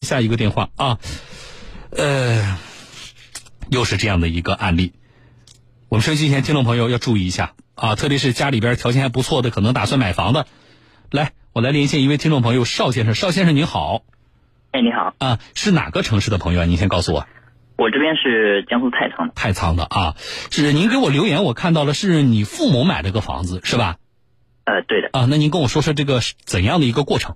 下一个电话啊，呃，又是这样的一个案例。我们收音机前听众朋友要注意一下啊，特别是家里边条件还不错的，可能打算买房的，来，我来连线一位听众朋友邵先生，邵先生您好哎，你好，啊，是哪个城市的朋友啊？您先告诉我。我这边是江苏太仓的。太仓的啊，是您给我留言，我看到了，是你父母买了个房子是吧？呃，对的，啊，那您跟我说说这个是怎样的一个过程？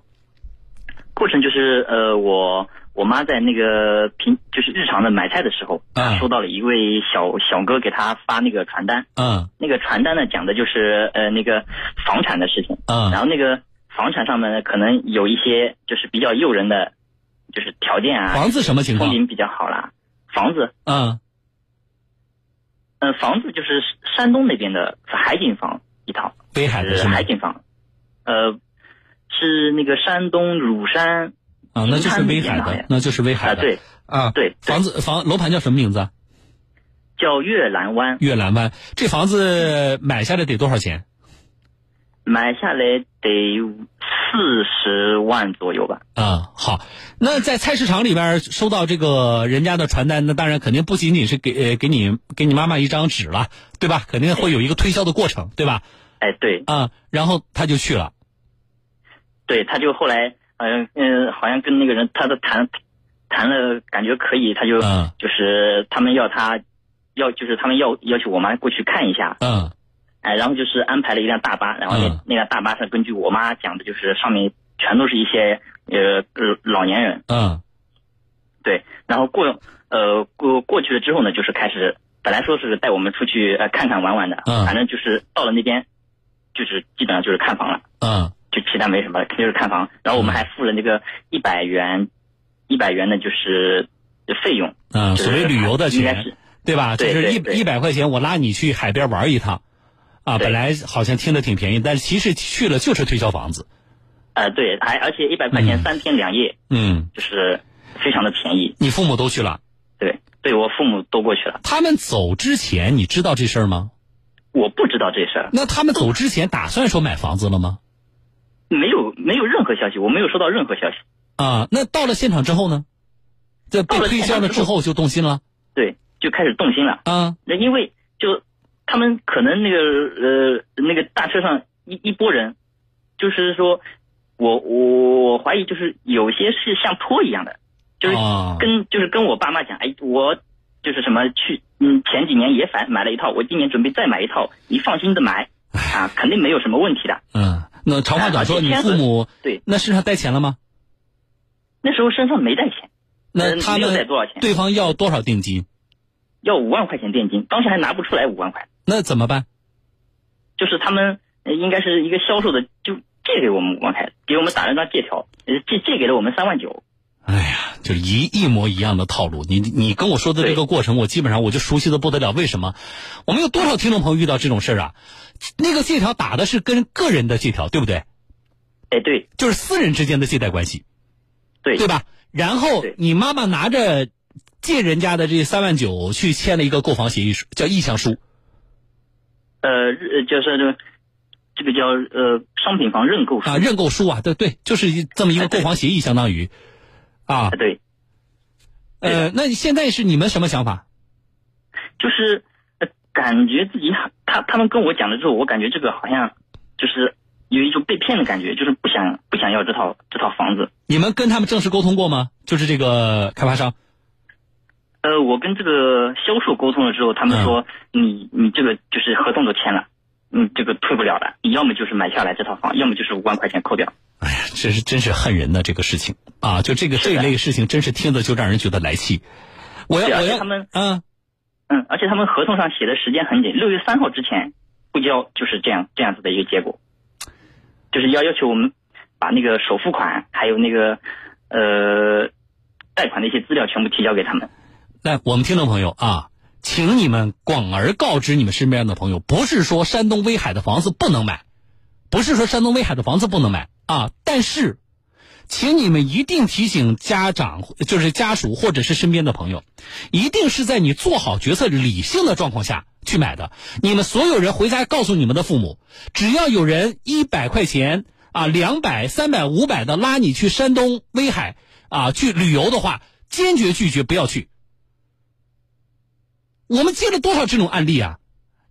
过程就是呃，我我妈在那个平就是日常的买菜的时候，嗯收到了一位小小哥给她发那个传单，嗯那个传单呢讲的就是呃那个房产的事情，然嗯后那个房产上面呢可能有一些就是比较诱人的，就是条件啊，房子什么情风况？景比较好啦，房子，嗯呃，房子就是山东那边的海景房一套，北海的是是吗海？景房，呃，是那个山东乳山啊，那就是威海的，那就是威啊、海的。对，啊，对房子房楼盘叫什么名字啊？叫月兰湾，月兰湾。这房子买下来得多少钱？买下来得四十万左右吧。啊、好。那在菜市场里边收到这个人家的传单，那当然肯定不仅仅是给呃给你给你妈妈一张纸了，对吧？肯定会有一个推销的过程，对吧？哎，对啊、然后他就去了。对，他就后来好像嗯，好像跟那个人他都谈谈了，感觉可以，他就、嗯就是他们要他要就是他们要要求我妈过去看一下，嗯哎，然后就是安排了一辆大巴，然后那、嗯那辆大巴上根据我妈讲的，就是上面全都是一些呃呃老年人。嗯对，然后过呃过过去了之后呢，就是开始本来说是带我们出去呃看看玩玩的，嗯反正就是到了那边，就是基本上就是看房了，嗯就其他没什么，就是看房。然后我嗯们还付了那个一百元，一百元的就是费用，嗯，就是所谓旅游的应该钱是，对吧？就对是对对一一百块钱，我拉你去海边玩一趟，啊，对本来好像听着挺便宜，但是其实去了就是推销房子。呃对，还而且一百块钱嗯三天两夜，嗯，就是非常的便宜。你父母都去了，对，对我父母都过去了，他们走之前你知道这事儿吗？我不知道这事儿，那他们走之前打算说买房子了吗？没有没有任何消息，我没有收到任何消息。啊，那到了现场之后呢？这被到了推现销场了之之后就动心了对，就开始动心了。啊？那因为就他们可能那个呃那个大车上一一拨人，就是说我我我怀疑就是有些是像托一样的，就是啊跟、就是跟我爸妈讲，哎，我就是什么去嗯前几年也买买了一套，我今年准备再买一套，你放心的买啊，肯定没有什么问题的。嗯，那长话短说，啊你而且父母对那身上带钱了吗？那时候身上没带钱，那嗯他没有带们多少钱，对方要多少定金？要五万块钱现金，当时还拿不出来五万块，那怎么办？就是他们呃应该是一个销售的，就借给我们五万块，给我们打了张借条，呃借借给了我们三万九。哎呀，就一一模一样的套路。你你跟我说的这个过程，我基本上我就熟悉的不得了。为什么？我们有多少听众朋友遇到这种事儿啊？那个借条打的是跟个人的借条，对不对？哎，对就是私人之间的借贷关系，对对吧？然后对你妈妈拿着借人家的这三万九去签了一个购房协议书，叫意向书。呃，日呃就是这个这个叫呃商品房认购书啊，认购书啊，对对，就是一这么一个哎购对房协议，相当于，啊啊，，对，对呃，那现在是你们什么想法？就是、呃、感觉自己好他他们跟我讲了之后，我感觉这个好像就是有一种被骗的感觉，就是不想不想要这套这套房子。你们跟他们正式沟通过吗？就是这个开发商，呃，我跟这个销售沟通了之后，他嗯们说、你你这个就是合同都签了，你这个退不了了，你要么就是买下来这套房，要么就是五万块钱扣掉。哎呀，这是真是恨人的这个事情啊！就这个这是的一类事情，真是听着就让人觉得来气。哎我对要而我且要他们啊，嗯，而且他们合同上写的时间很紧，六月三号之前不交，就是这样这样子的一个结果，就是要要求我们把那个首付款还有那个呃贷款的一些资料全部提交给他们。来，我们听众朋友啊，请你们广而告之你们身边的朋友，不是说山东威海的房子不能买，不是说山东威海的房子不能买啊，但是，请你们一定提醒家长，就是家属或者是身边的朋友，一定是在你做好决策理性的状况下去买的。你们所有人回家告诉你们的父母，只要有人一百块钱啊、两百、三百、五百的拉你去山东威海啊去旅游的话，坚决拒绝不要去。我们接了多少这种案例啊？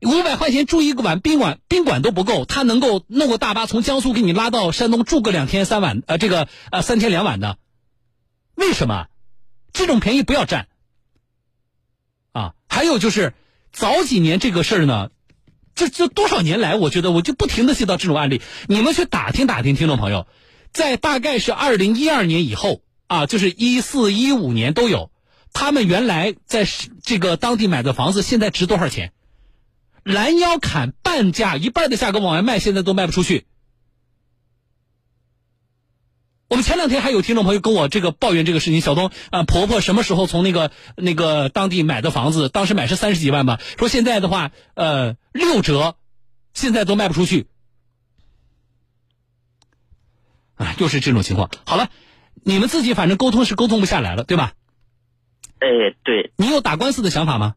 五百块钱住一个晚宾馆，宾馆都不够，他能够弄个大巴从江苏给你拉到山东住个两天三晚，呃，这个呃三天两晚的，为什么？这种便宜不要占。啊，还有就是早几年这个事儿呢，这这多少年来，我觉得我就不停的接到这种案例，你们去打听打听，听众朋友，在大概是二零一二年以后啊，就是一四一五年都有，他们原来在是这个当地买的房子，现在值多少钱？拦腰砍半价，一半的价格往外卖，现在都卖不出去。我们前两天还有听众朋友跟我这个抱怨这个事情，小东啊、婆婆什么时候从那个那个当地买的房子，当时买是三十几万吧，说现在的话，呃，六折，现在都卖不出去。啊，又是这种情况。好了，你们自己反正沟通是沟通不下来了，对吧？哎，对，你有打官司的想法吗？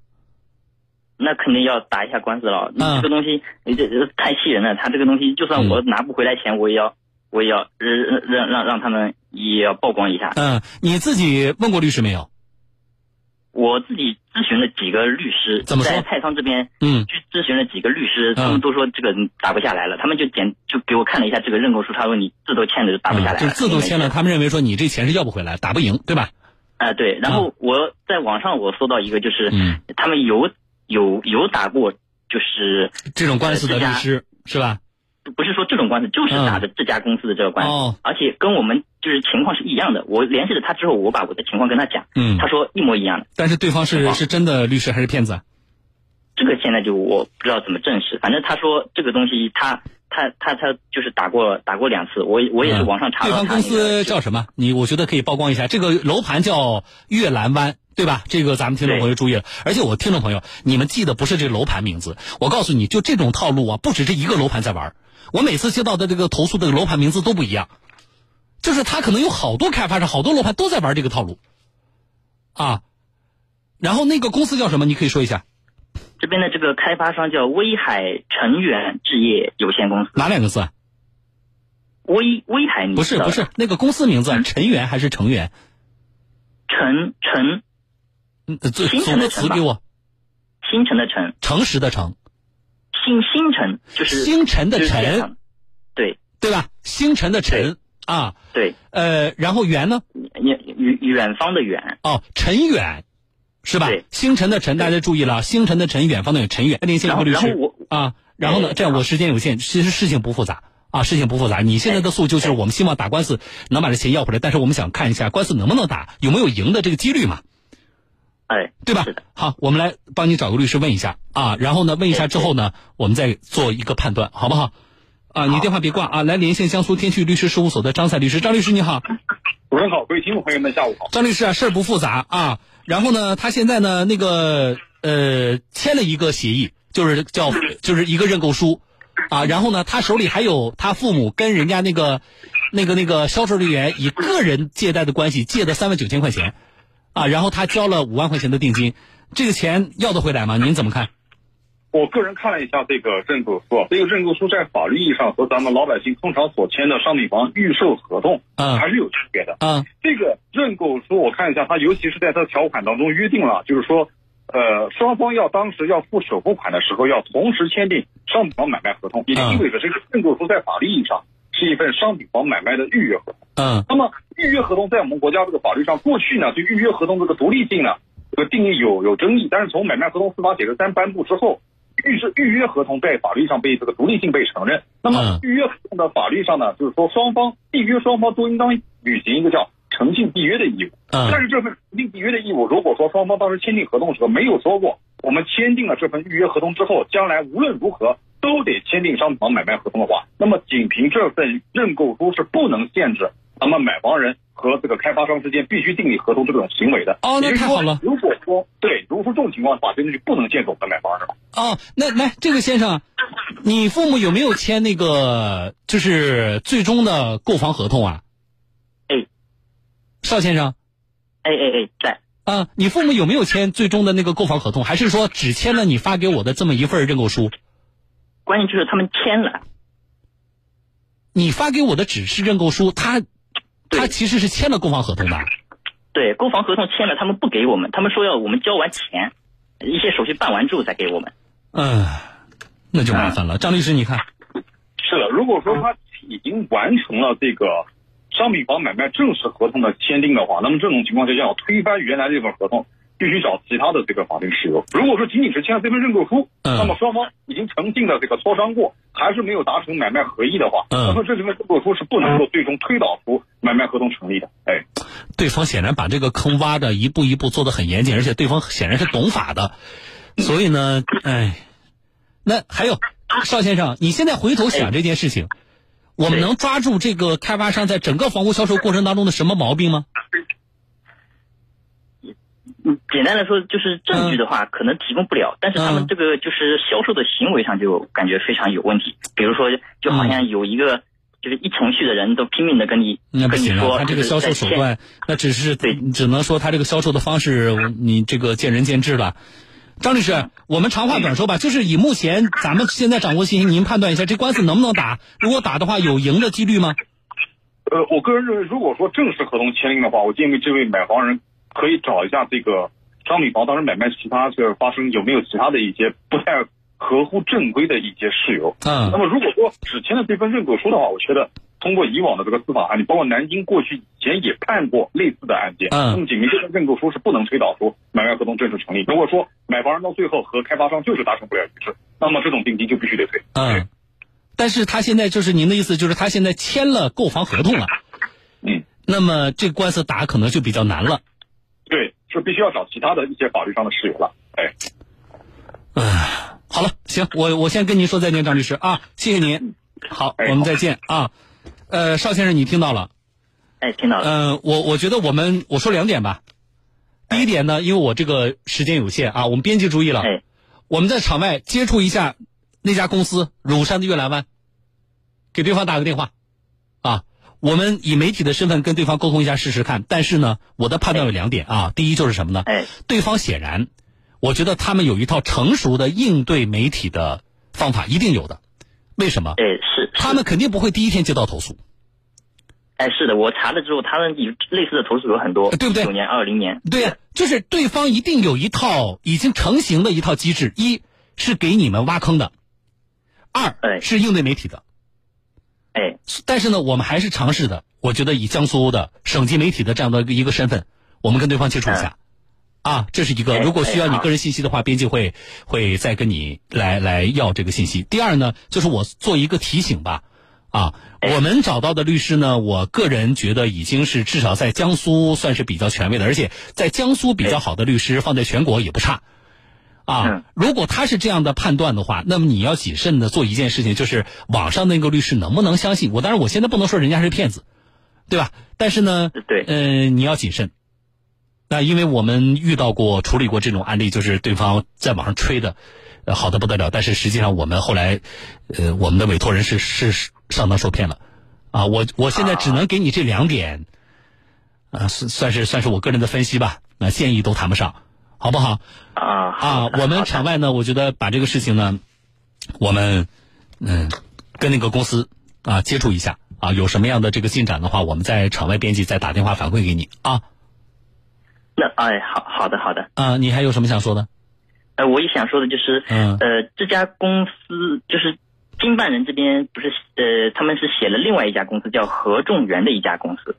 那肯定要打一下官司了。你嗯这个东西，你这这太气人了。他这个东西，就算我拿不回来钱，我也要，我也要让让让让他们也要曝光一下。嗯、你自己问过律师没有？我自己咨询了几个律师，怎么说在太仓这边嗯去咨询了几个律师，嗯他们都说这个打不下来了。他们就简就给我看了一下这个认购书，他说你字都签了，就打不下来了。嗯就字都签了，他们认为说你这钱是要不回来，打不赢，对吧？啊、对。然后我在网上我搜到一个，就是、嗯他们有有有打过，就是这种官司的呃这律家师是吧？不是说这种官司，就是嗯打的这家公司的这个官司，哦，而且跟我们就是情况是一样的。我联系了他之后，我把我的情况跟他讲，嗯他，说一模一样的。但是对方是好是真的律师还是骗子啊？这个现在就我不知道怎么证实，反正他说这个东西他他他他就是打过打过两次，我我也是嗯网上查对到方他、那个公司叫什么？你我觉得可以曝光一下，这个楼盘叫悦蓝湾。对吧？这个咱们听众朋友注意了，而且我听众朋友，你们记得不是这楼盘名字，我告诉你就这种套路啊，不止这一个楼盘在玩儿。我每次接到的这个投诉的楼盘名字都不一样，就是他可能有好多开发商、好多楼盘都在玩这个套路，啊，然后那个公司叫什么？你可以说一下这边的这个开发商叫威海成远置业有限公司，哪两个字啊？威威海你不是知道不的是，那个公司名嗯字啊，陈源还是成员？成成嗯，组新组城个的词城吧给我，新城的城诚实的诚，新新城就是星辰的就是建辰，厂对对吧？星辰的辰啊，对呃，然后远呢？远远远方的远哦，陈远，是吧对？星辰的辰，大家注意了啊，星辰的辰，远方的远，陈远。您先然后后律然后师我啊，然后呢？哎这样我时间有限，其实事情不复杂啊，事情不复杂。你现在的诉求就是我们希望打官司能把这钱要回来，但是我们想看一下官司能不能打，有没有赢的这个几率嘛？哎对吧是的？好，我们来帮你找个律师问一下啊，然后呢，问一哎下之后呢，我们再做一个判断，好不好？啊，你电话别挂啊，来连线江苏天旭律师事务所的张赛律师，张律师你好，主持人好，各位听众朋友们，下午好。张律师啊，事儿不复杂啊，然后呢，他现在呢那个呃签了一个协议，就是叫就是一个认购书啊，然后呢，他手里还有他父母跟人家那个那个那个销售人员以个人借贷的关系借的三万九千块钱啊，然后他交了五万块钱的定金，这个钱要得回来吗？您怎么看？我个人看了一下这个认购书，啊这个认购书在法律意义上和咱们老百姓通常所签的商品房预售合同嗯还是有区别的。啊这个认购书我看一下，它尤其是在它条款当中约定了，就是说，呃，双方要当时要付首付款的时候，要同时签订商品房买卖合同，也就意味着这个认购书在法律意义上是一份商品房买卖的预约合同。嗯那么预约合同在我们国家这个法律上，过去呢对预约合同这个独立性呢，这个定义有有争议。但是从买卖合同司法解释三颁布之后，预是预约合同在法律上被这个独立性被承认。那嗯么预约合同的法律上呢，就是说双方缔约双方都应当履行一个叫诚信缔约的义务。但嗯是这份诚信缔约的义务，如果说双方当时签订合同的时候没有说过，我们签订了这份预约合同之后，将来无论如何都得签订商品房买卖合同的话，那么仅凭这份认购书是不能限制咱们买房人和这个开发商之间必须订立合同这种行为的。哦那也就是太说好了如果说对，如果说这种情况的话，真的就不能限制我们买房人了。哦，那来这个先生，你父母有没有签那个就是最终的购房合同啊？哎，邵先生哎哎哎在啊，你父母有没有签最终的那个购房合同？还是说只签了你发给我的这么一份认购书？关键就是他们签了，你发给我的只是认购书，他他其实是签了购房合同的。对，购房合同签了，他们不给我们，他们说要我们交完钱，一些手续办完之后再给我们。嗯，那就麻烦了。张律师，你看，是的，如果说嗯他已经完成了这个商品房买卖正式合同的签订的话，那么这种情况下要推翻原来这份合同，必须找其他的这个法定事由。如果说仅仅是签了这份认购书，嗯那么双方已经诚信的这个磋商过，还是没有达成买卖合意的话，嗯那么这份认购书是不能够最终推导出买卖合同成立的。哎，对方显然把这个坑挖的一步一步做得很严谨，而且对方显然是懂法的，嗯所以呢，哎，那还有邵先生，你现在回头想这件事情，我们对能抓住这个开发商在整个房屋销售过程当中的什么毛病吗？嗯，简单来说就是证据的话，可能提供不了，但是他嗯们这个就是销售的行为上就感觉非常有问题。比如说，就嗯好像有一个就是一程序的人都拼命的跟你那不跟你行啊，说，他这个销售手段，那只是对只能说他这个销售的方式，你这个见仁见智了。张律师，我们长话短说吧，就是以目前咱们现在掌握信息，您判断一下这官司能不能打？如果打的话，有赢的几率吗？呃，我个人认为，如果说正式合同签订的话，我建议这位买房人可以找一下这个商品房当时买卖其他这个发生有没有其他的一些不太合乎正规的一些事由。嗯那么如果说只签了这份认购书的话，我觉得通过以往的这个司法案例，包括南京过去以前也判过类似的案件，嗯那么仅凭这份认购书是不能推导出买卖合同正式成立。如果说买房人到最后和开发商就是达成不了一致，那么这种定金就必须得退。嗯，但是他现在就是您的意思，就是他现在签了购房合同了，嗯，那么这官司打可能就比较难了。对，是必须要找其他的一些法律上的事由了。哎。唉，好了，行，我我先跟您说再见，张律师啊，谢谢您。好，哎我们好再见啊。呃，邵先生，你听到了。哎， 听到了，嗯，我我觉得我们我说两点吧。第一点呢，因为我这个时间有限啊，我们编辑注意了，哎，我们在场外接触一下那家公司乳山的悦蓝湾，给对方打个电话啊。我们以媒体的身份跟对方沟通一下试试看。但是呢，我的判断有两点啊，第一就是什么呢？哎，对方显然，我觉得他们有一套成熟的应对媒体的方法，一定有的。为什么？哎，是是他们肯定不会第一天接到投诉，哎，是的，我查了之后，他们有类似的投诉有很多，对不对九年、二零年，对呀、就是对方一定有一套已经成型的一套机制，一是给你们挖坑的，二哎是应对媒体的。哎，但是呢，我们还是尝试的。我觉得以江苏的省级媒体的这样的一个身份，我们跟对方接触一下，啊，这是一个。哎如果需要你哎好个人信息的话，编辑会会再跟你来来要这个信息。第二呢，就是我做一个提醒吧，啊，哎我们找到的律师呢，我个人觉得已经是至少在江苏算是比较权威的，而且在江苏比较哎好的律师放在全国也不差。啊嗯，如果他是这样的判断的话，那么你要谨慎的做一件事情，就是网上那个律师能不能相信我？当然，我现在不能说人家是骗子，对吧？但是呢，对呃，你要谨慎。那因为我们遇到过、处理过这种案例，就是对方在网上吹的，呃，好的不得了，但是实际上我们后来，呃，我们的委托人是是是上当受骗了，啊，我我现在只能给你这两点，啊，算算是算是我个人的分析吧，那建议都谈不上，好不好？啊啊好，的我好们的场外呢，我觉得把这个事情呢，我们嗯跟那个公司啊接触一下啊，有什么样的这个进展的话，我们在场外编辑再打电话反馈给你啊那哎，好好的好的，啊，你还有什么想说的？呃，我也想说的就是，嗯呃，这家公司就是经办人这边不是呃，他们是写了另外一家公司叫合众源的一家公司，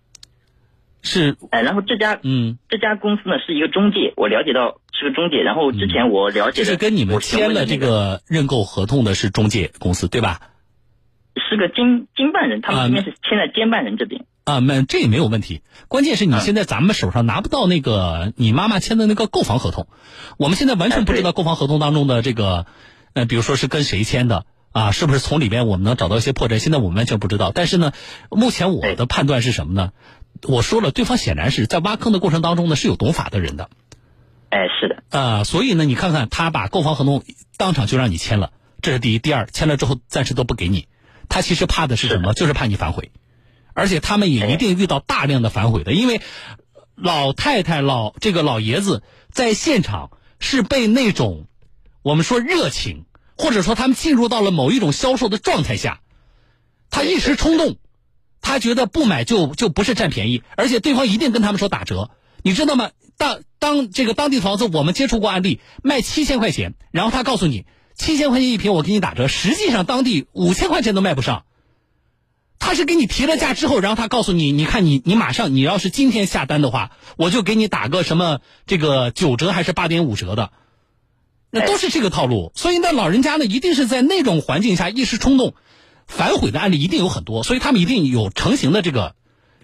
是哎、然后这家、嗯，这家公司呢是一个中介，我了解到是个中介，然后之前我了解就的、是跟你们我询签问的了这那个个认购合同的是中介公司对吧？是个经经办人，他啊们这边是签在监办人这边，啊，那这也没有问题，关键是你嗯现在咱们手上拿不到那个你妈妈签的那个购房合同，我们现在完全哎不知对道购房合同当中的这个，呃，比如说是跟谁签的啊，是不是从里面我们能找到一些破绽？现在我们完全不知道。但是呢，目前哎我的判断是什么呢？我说了，对方显然是在挖坑的过程当中呢是有懂法的人的哎，是的，啊，所以呢，你看看他把购房合同当场就让你签了，这是第一，第二，签了之后暂时都不给你，他其实怕的是什么？就是怕你反悔。而且他们也一定遇到大量的反悔的，因为老太太、老这个老爷子在现场是被那种我们说热情，或者说他们进入到了某一种销售的状态下，他一时冲动，他觉得不买就就不是占便宜，而且对方一定跟他们说打折，你知道吗？当当这个当地的房子，我们接触过案例，卖七千块钱，然后他告诉你七千块钱一平，我给你打折，实际上当地五千块钱都卖不上。他是给你提了价之后，然后他告诉你，你看你你马上你要是今天下单的话，我就给你打个什么这个九折还是八点五折的，那都是这个套路。所以那老人家呢，一定是在那种环境下一时冲动，反悔的案例一定有很多，所以他们一定有成型的这个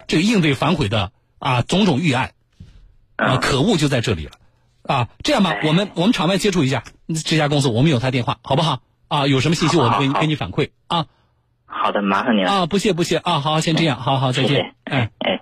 这个应对反悔的啊种种预案啊，嗯，哎可恶就在这里了啊。这样吧，我们我们场外接触一下这家公司，我们有他电话，好不好？啊，有什么信息我们给你好好给你反馈啊好的，麻烦你了，啊，不谢不谢啊，好，先这样，好好再谢见谢，，哎。哎。